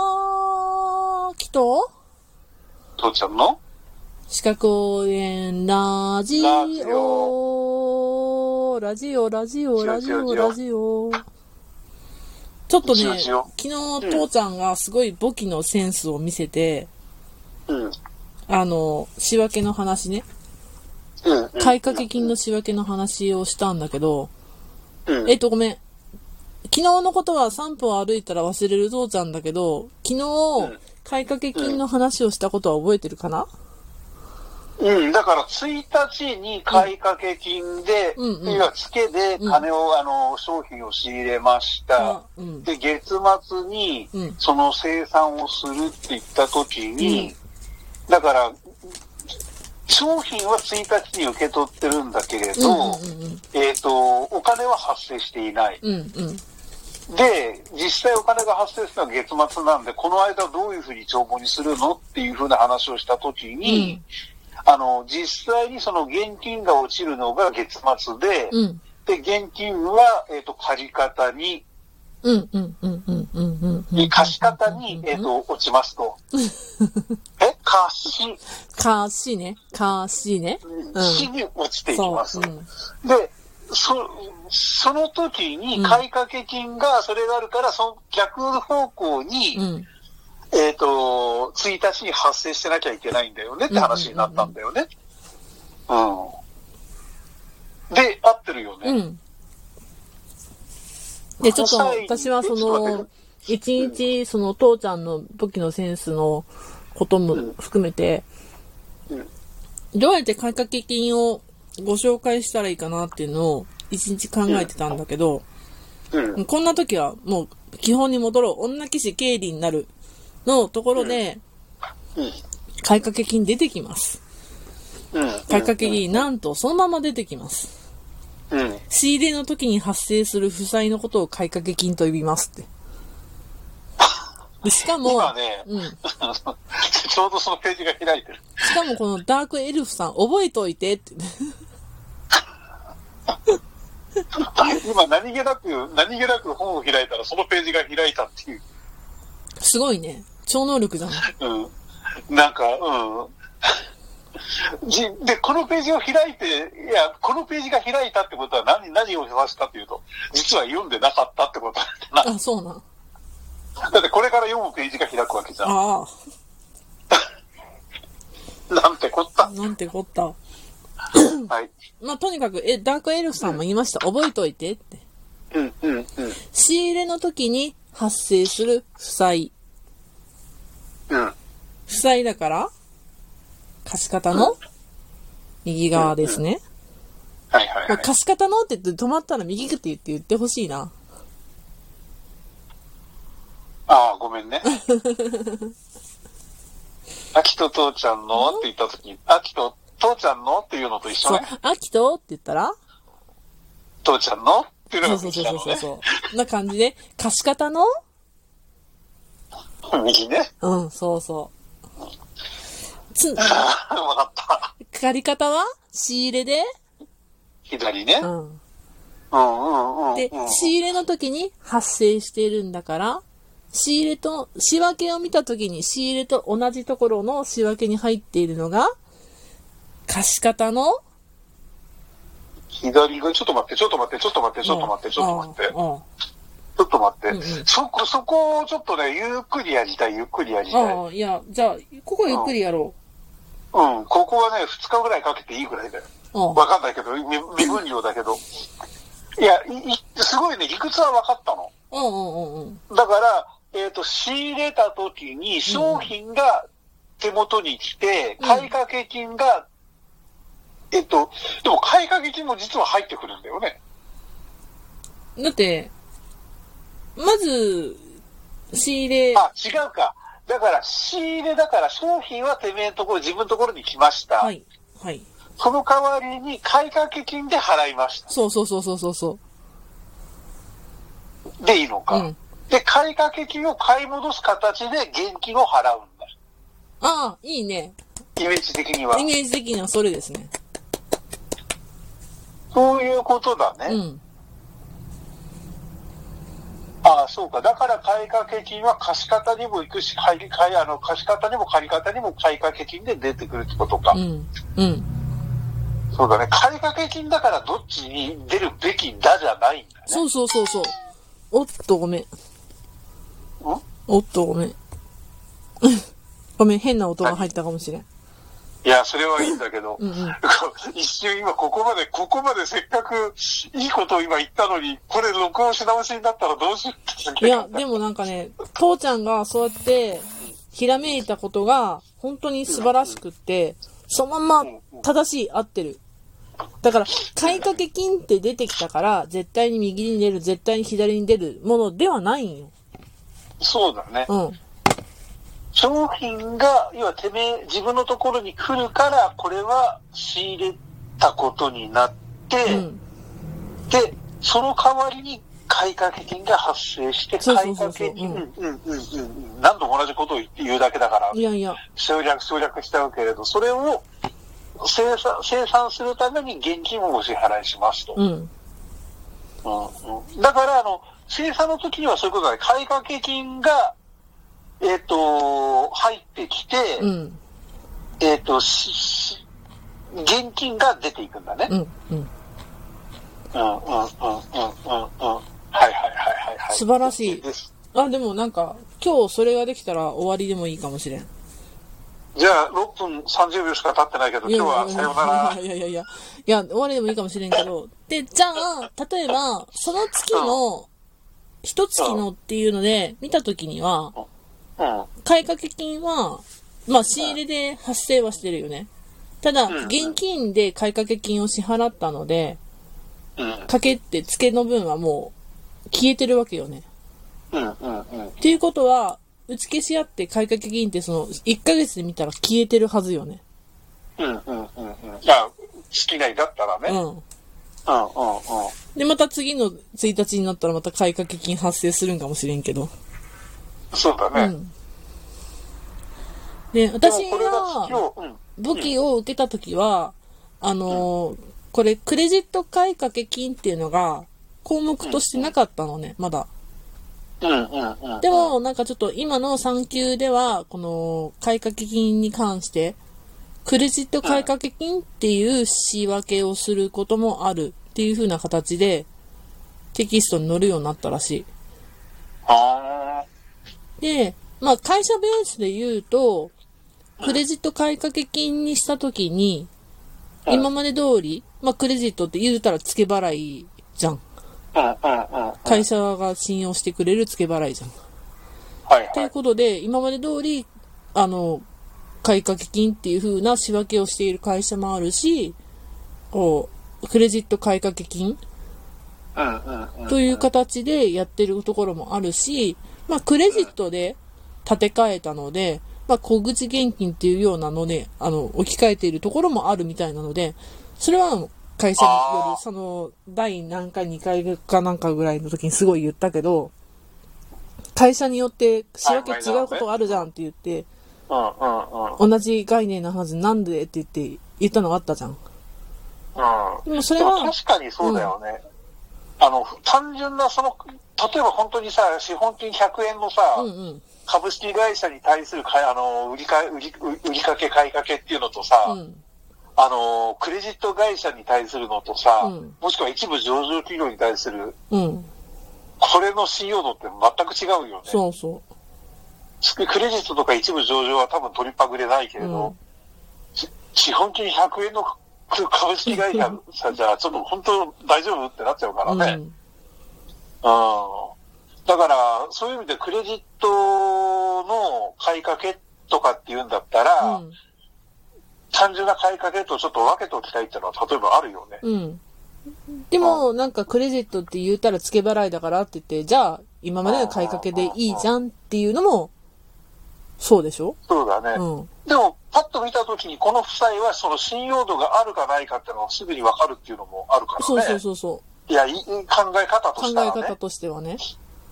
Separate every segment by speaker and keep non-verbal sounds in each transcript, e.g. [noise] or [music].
Speaker 1: あー、きと、
Speaker 2: 父ちゃんの
Speaker 1: 四角応援、ラジオ、ラジオ、ラジオ、ラジオ、ラジオ。ちょっとね、
Speaker 2: ジオ
Speaker 1: 昨
Speaker 2: ジオ
Speaker 1: 日、
Speaker 2: ん
Speaker 1: 父ちゃんがすごい簿記のセンスを見せて、
Speaker 2: うん。うん。
Speaker 1: あの、仕分けの話ね、
Speaker 2: うん。
Speaker 1: 買掛金の仕分けの話をしたんだけど、
Speaker 2: うん。
Speaker 1: えっと、ごめん。昨日のことは3分歩いたら忘れる父ちゃんだけど、昨日
Speaker 2: ん、
Speaker 1: 買掛金の話をしたことは覚えてるかな
Speaker 2: うん。だから、1日に買掛金で、
Speaker 1: うんうんうん
Speaker 2: 要は、付けで金を、あの、商品を仕入れました。
Speaker 1: あうん
Speaker 2: で、月末に
Speaker 1: うん、
Speaker 2: その生産をするって言った時に、だから、商品は1日に受け取ってるんだけれど、
Speaker 1: うんうん
Speaker 2: えっ、と、お金は発生していない。
Speaker 1: うんうん。
Speaker 2: で、実際お金が発生するのは月末なんで、この間どういうふうに帳簿にするのっていうふうな話をしたときに、あの、実際にその現金が落ちるのが月末で、
Speaker 1: うん。
Speaker 2: で、現金は、えっ、と、借り方に、
Speaker 1: うんうんうんうんうんうんうん。
Speaker 2: 貸し方に、えっ、と、落ちま
Speaker 1: [laughs]
Speaker 2: すと。え貸し、
Speaker 1: かしね。かしね。うん。
Speaker 2: しに落ちていき
Speaker 1: そ
Speaker 2: ます。
Speaker 1: う。うん。
Speaker 2: で、そ、その時に買掛金が、それがあるから、その逆方向に、
Speaker 1: うん。
Speaker 2: えっ、と、1日に発生してなきゃいけないんだよねって話になったんだよね。うん。で、合ってるよね。
Speaker 1: うん。で、ちょっと
Speaker 2: この際に
Speaker 1: 私はそ
Speaker 2: ちょっと待っ
Speaker 1: の
Speaker 2: て、
Speaker 1: 一日、その父ちゃんの武器のセンスのことも含めて、
Speaker 2: うん
Speaker 1: どうやって買掛金をご紹介したらいいかなっていうのを一日考えてたんだけど、
Speaker 2: うん。
Speaker 1: こんな時はもう基本に戻ろう。女騎士経理になるのところで、
Speaker 2: うん。
Speaker 1: 買掛金出てきます。
Speaker 2: うん。
Speaker 1: 買掛金なんとそのまま出てきます。
Speaker 2: うん。
Speaker 1: 仕入れの時に発生する負債のことを買掛金と呼びますって。でしかも
Speaker 2: 今、ね、 [laughs]
Speaker 1: うん。し
Speaker 2: ちょうどそのページが開いてる。
Speaker 1: かもこのダークエルフさん、覚えといてって。
Speaker 2: 今何気なく、何気なく本を開いたらそのページが開いたっていう。
Speaker 1: すごいね。超能力じゃない。
Speaker 2: うん。なんか、うん。じ [laughs] で、このページを開いて、いや、このページが開いたってことは何、何を言わせたっていうと、実は読んでなかったってことなんだな
Speaker 1: あ、そうなん。
Speaker 2: だってこれから読むページが開くわけじゃん。
Speaker 1: あ
Speaker 2: なんてこっ
Speaker 1: あ、
Speaker 2: た。
Speaker 1: なんてこった。
Speaker 2: はい。
Speaker 1: まあ、とにかく、え、ダークエルフさんも言いました。覚えといてって。
Speaker 2: うん、うん、うん。
Speaker 1: 仕入れの時に発生する負債。
Speaker 2: うん、
Speaker 1: 負債だから、貸方の右側ですね。
Speaker 2: はいはい
Speaker 1: こ
Speaker 2: は
Speaker 1: う
Speaker 2: い。
Speaker 1: 貸方のって言って止まったら右って言って言ってほしいな。
Speaker 2: ああ、ごめん
Speaker 1: [laughs]
Speaker 2: ね。あきと父ちゃんのって言ったときに、あきと父ちゃんのっていうのと一緒
Speaker 1: そう
Speaker 2: ね。、
Speaker 1: あきとって言ったら、
Speaker 2: 父ちゃんのっていうの
Speaker 1: そ
Speaker 2: が
Speaker 1: うそう
Speaker 2: 一
Speaker 1: そ
Speaker 2: 緒
Speaker 1: うそう
Speaker 2: なの
Speaker 1: そう
Speaker 2: ね。
Speaker 1: そう。な感じで、貸方の
Speaker 2: 右ね。 [laughs]
Speaker 1: うん、そうそう。つ、
Speaker 2: ああ、わかった。
Speaker 1: 借り方は仕入れで
Speaker 2: 左ね
Speaker 1: う。ん。
Speaker 2: うんうんうん。
Speaker 1: で
Speaker 2: う、ん
Speaker 1: 仕入れの時に発生しているんだから、仕入れと、仕分けを見た時に仕入れと同じところの仕分けに入っているのが、貸方の
Speaker 2: 左が、ちょっと待って、ちょっと待って、ちょっと待って、ちょっと待って、ちょっと待って、
Speaker 1: っ
Speaker 2: ちょっと待って。
Speaker 1: うんうん
Speaker 2: そこ、そこをちょっとね、ゆっくりやりたい、ゆっくりやり
Speaker 1: て。
Speaker 2: たい。
Speaker 1: ああ、いや、じゃあ、ここはゆっくりやろ
Speaker 2: うん、ここはね、2日ぐらいかけていいぐらいだよ。
Speaker 1: う。うん。
Speaker 2: わかんないけど、み未分量だけど。いや、いいすごいね、理屈は分かったの。
Speaker 1: うんうんうんうん。
Speaker 2: だから、えっ、と、仕入れた時に商品が手元に来て、
Speaker 1: うん
Speaker 2: 買掛金が、えっ、と、でも買掛金も実は入ってくるんだよね。
Speaker 1: だって、まず、仕入れ、
Speaker 2: あ、違うか。だから、仕入れだから商品はてめえのところ、自分のところに来ました。
Speaker 1: はい、はい。
Speaker 2: その代わりに買掛金で払いました。
Speaker 1: そうそうそうそうそうそ
Speaker 2: でいいの
Speaker 1: う。
Speaker 2: か。
Speaker 1: うん。
Speaker 2: で、買掛金を買い戻す形で現金を払うんだ。
Speaker 1: ああ、いいね。
Speaker 2: イメージ的には
Speaker 1: イ。メージ的にはそれですね。
Speaker 2: そういうことだ
Speaker 1: う
Speaker 2: ね。
Speaker 1: ん。
Speaker 2: ああ、そうか。だから、買掛金は貸方にも行くし、借り、買い、あの、貸方にも借方にも買掛金で出てくるってことか。
Speaker 1: うん。うん。
Speaker 2: そうだね。買掛金だからどっちに出るべきだじゃないんだね。
Speaker 1: そうそうそうそう。おっと、ごめん。
Speaker 2: うん
Speaker 1: おっと、ごめん。 [laughs] ごめん、変な音が入ったかもしれん。
Speaker 2: いや、それはいいんだけど、
Speaker 1: んうん
Speaker 2: [laughs] 一瞬今ここまで、ここまでせっかくいいことを今言ったのに、これ録音し直しになったらどうしようってす
Speaker 1: い
Speaker 2: げえ
Speaker 1: や、でもなんかね、父ちゃんがそうやって、ひらめいたことが、本当に素晴らしくって、そのまんま、正しい、合ってる。だから、買掛金って出てきたから、絶対に右に出る、絶対に左に出るものではないんよ。
Speaker 2: そうだね。
Speaker 1: うん。
Speaker 2: 商品が、要はてめえ、自分のところに来るから、これは仕入れたことになって、
Speaker 1: うん。
Speaker 2: で、その代わりに買掛金が発生して、
Speaker 1: そうそ
Speaker 2: 買
Speaker 1: うそう
Speaker 2: 掛
Speaker 1: そう
Speaker 2: 金、うんうんうんうん、何度も同じことを言うだけだから、
Speaker 1: いやいや、
Speaker 2: 省略省略しちゃうけれど、それを生産生産するために現金をお支払いしますと。
Speaker 1: うん。
Speaker 2: うんうんだから、あの、生産の時にはそういうことだね。買掛金が、えっ、と、入ってきて、
Speaker 1: うん。
Speaker 2: えっ、と、しし現金が出ていくんだね。
Speaker 1: うん。うん。
Speaker 2: うん、うん、うん、うん、うん、うん。はいはいはいはい、はい。
Speaker 1: 素晴らしい
Speaker 2: です。
Speaker 1: あ、でもなんか、今日それができたら終わりでもいいかもしれん。
Speaker 2: じゃあ、6分30秒しか経ってないけど、今日はさようなら。
Speaker 1: いやいやいや。いや、終わりでもいいかもしれんけど。で、じゃあ、例えば、その月の、一月のっていうので、見たときには、
Speaker 2: うん。
Speaker 1: 買掛金は、まあ、仕入れで発生はしてるよね。ただ、
Speaker 2: ん
Speaker 1: 現金で買掛金を支払ったので、
Speaker 2: うん、
Speaker 1: かけって付けの分はもう、消えてるわけよね。
Speaker 2: うん、うん、うん。
Speaker 1: っていうことは、打ち消し合って買掛金ってその、1ヶ月で見たら消えてるはずよね。
Speaker 2: うんうんうんうん。あ、好きなりだったらね。
Speaker 1: う
Speaker 2: うんう
Speaker 1: ん。
Speaker 2: んうん。
Speaker 1: で、また次の1日になったらまた買掛金発生するんかもしれんけど。
Speaker 2: そうだ
Speaker 1: う
Speaker 2: ね。
Speaker 1: ん。で、
Speaker 2: で
Speaker 1: 私
Speaker 2: もこれが好き
Speaker 1: が
Speaker 2: を、うん。
Speaker 1: 武器を受けた時は、あのーこれクレジット買掛金っていうのが項目としてなかったのね、まだ。
Speaker 2: うんうんうん。
Speaker 1: でも、なんかちょっと今の3級では、この買掛金に関して、クレジット買掛金っていう仕分けをすることもあるっていう風な形で、テキストに載るようになったらし
Speaker 2: あ
Speaker 1: い。で、まあ会社ベースで言うと、クレジット買掛金にした時に、
Speaker 2: うん
Speaker 1: 今まで通り、まあクレジットって言うたら付け払いじゃん。
Speaker 2: あ。うんうんうん。はい
Speaker 1: 会社が信用してくれる付け払いじゃん。と。
Speaker 2: はいいう
Speaker 1: ことで、今まで通り、あの、買掛金っていう風な仕分けをしている会社もあるし、こう、クレジット買掛金
Speaker 2: うんうんうん。
Speaker 1: という形でやってるところもあるし、まあ、クレジットで建て替えたので、まあ、小口現金っていうようなので、あの、置き換えているところもあるみたいなので、それは会社によ
Speaker 2: あ
Speaker 1: る、その、第何回、2回かなんかぐらいの時にすごい言ったけど、会社によって仕分け違うことあるじゃんって言って、
Speaker 2: うんうんうん。
Speaker 1: 同じ概念のはずなんでって言って言ったのがあったじゃん。
Speaker 2: うん。
Speaker 1: でもそれは
Speaker 2: でも確かにそうだよね。あの、単純なその、例えば本当にさ、資本金100円のさ、
Speaker 1: うんうん。
Speaker 2: 株式会社に対する買い、あの、売りか、売り、売りかけ買いかけっていうのとさ、
Speaker 1: うん。
Speaker 2: あの、クレジット会社に対するのとさ、
Speaker 1: うん
Speaker 2: もしくは一部上場企業に対する、
Speaker 1: うん。
Speaker 2: これの信用度って全く違うよね。
Speaker 1: そうそ
Speaker 2: クレジットとか一部上場は多分取りっぱぐれないけれ
Speaker 1: う
Speaker 2: ど
Speaker 1: ん、
Speaker 2: ち基本的に100円の [laughs] 株式会社さ、じゃあちょっと本当大丈夫ってなっちゃうか
Speaker 1: う。
Speaker 2: ら
Speaker 1: う
Speaker 2: ね。
Speaker 1: ん。
Speaker 2: うん。だから、そういう意味でクレジットの買いかけとかっていうんだったら、
Speaker 1: うん。
Speaker 2: 単純な買いかけとちょっと分けておきたいっていうのは例えばあるよね。
Speaker 1: うん。でも、なんかクレジットって言うたら付け払いだからって言って、じゃあ、今までの買いかけでいいじゃんっていうのも、そうでしょ
Speaker 2: そうだね。
Speaker 1: うん。
Speaker 2: でも、パッと見たときに、この夫妻はその信用度があるかないかっていうのがすぐにわかるっていうのもあるからね。
Speaker 1: そうそうそうそう。
Speaker 2: いや、いい考え方と
Speaker 1: 考
Speaker 2: し
Speaker 1: え
Speaker 2: たらね。
Speaker 1: 方としてはね。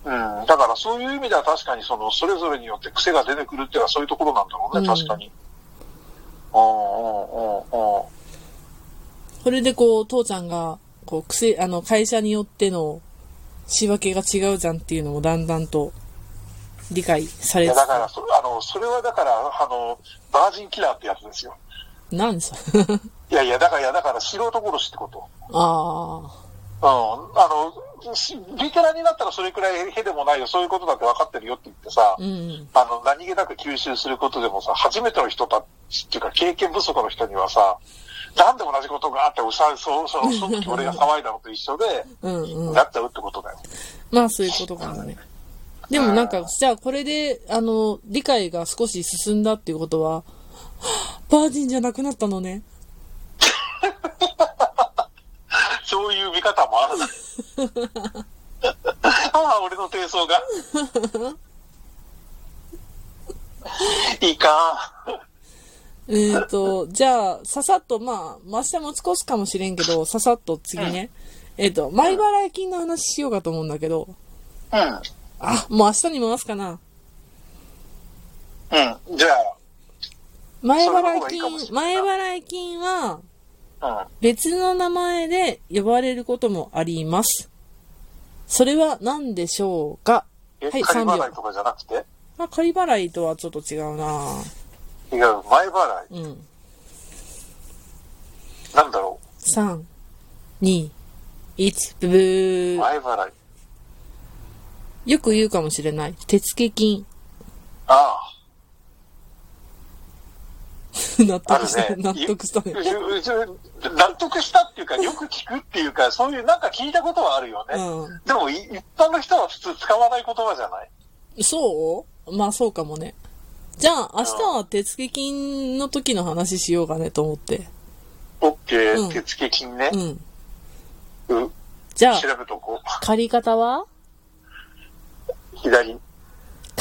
Speaker 2: うん。だからそういう意味では確かにその、それぞれによって癖が出てくるっていうのはそういうところなんだろうね、
Speaker 1: うん
Speaker 2: 確かに。うんうんうんうん。
Speaker 1: それでこう、父ちゃんが、こう、癖、あの、会社によっての仕分けが違うじゃんっていうのもだんだんと理解さ
Speaker 2: い
Speaker 1: れ
Speaker 2: や、
Speaker 1: て
Speaker 2: だからそ、あの、それはだから、あの、バージンキラーってやつですよ。
Speaker 1: 何さ [laughs]
Speaker 2: いやいや、だから、いや、だから、素人殺しってこと。
Speaker 1: あ
Speaker 2: うん。あの、しベテランになったらそれくらいへでもないよ、そういうことだって分かってるよって言ってさ、
Speaker 1: あうん
Speaker 2: あの、何気なく吸収することでもさ、初めての人たちっていうか、経験不足の人にはさ、なんで同じことがあって、うさ、そ
Speaker 1: [laughs]
Speaker 2: う、そう、その時俺が騒いだのと一緒で、
Speaker 1: うんうん
Speaker 2: なっちゃうってことだよ。
Speaker 1: まあそういうことかもねでもなんかじゃあこれであの理解が少し進んだっていうことはバージンじゃなくなったのね
Speaker 2: そういう見方もある。
Speaker 1: [laughs]
Speaker 2: ああ、俺の低層が。いいか。
Speaker 1: えー、
Speaker 2: [laughs]
Speaker 1: と、じゃあ、ささっと、まあ、明日持ち越すかもしれんけど、ささっと次ね。えっ、と、前払い金の話しようかと思うんだけど、
Speaker 2: うん。
Speaker 1: あ、もう明日に回すかな。
Speaker 2: うん。じゃ
Speaker 1: 前
Speaker 2: それの方
Speaker 1: 払
Speaker 2: が
Speaker 1: い
Speaker 2: いいかもし
Speaker 1: 金、
Speaker 2: れな
Speaker 1: 前払
Speaker 2: い
Speaker 1: い金は、
Speaker 2: あ、
Speaker 1: 別の名前で呼ばれることもあります。それは何でしょうか
Speaker 2: うん。え、
Speaker 1: はい、
Speaker 2: 仮
Speaker 1: 3
Speaker 2: 払い
Speaker 1: 秒。
Speaker 2: とかじゃなくて
Speaker 1: まあ、仮払いとはちょっと違うな
Speaker 2: 違う、前払い。
Speaker 1: うん。
Speaker 2: なんだろ
Speaker 1: 3、2、1、ブブ
Speaker 2: う。
Speaker 1: ー。
Speaker 2: 前払い。
Speaker 1: よく言うかもしれない。手付金。
Speaker 2: あ
Speaker 1: [laughs] 納
Speaker 2: あ、あ
Speaker 1: 得
Speaker 2: る
Speaker 1: した、
Speaker 2: ね。
Speaker 1: [laughs] 納得したね
Speaker 2: う。じうじ納得したってい
Speaker 1: [laughs]
Speaker 2: うか、よく聞くっていうか、そういうなんか聞いたことはあるよね。
Speaker 1: う
Speaker 2: でも、い一般の人は普通使わない言葉じゃない
Speaker 1: ん。そうまあそうかもね。じゃあ、明日は手付金の時の話しようかねと思って。
Speaker 2: オッケ
Speaker 1: うん
Speaker 2: ー、手付金ね
Speaker 1: う。ん。
Speaker 2: うん。
Speaker 1: じゃあ、
Speaker 2: 調べとこう。
Speaker 1: 借り方は
Speaker 2: 左。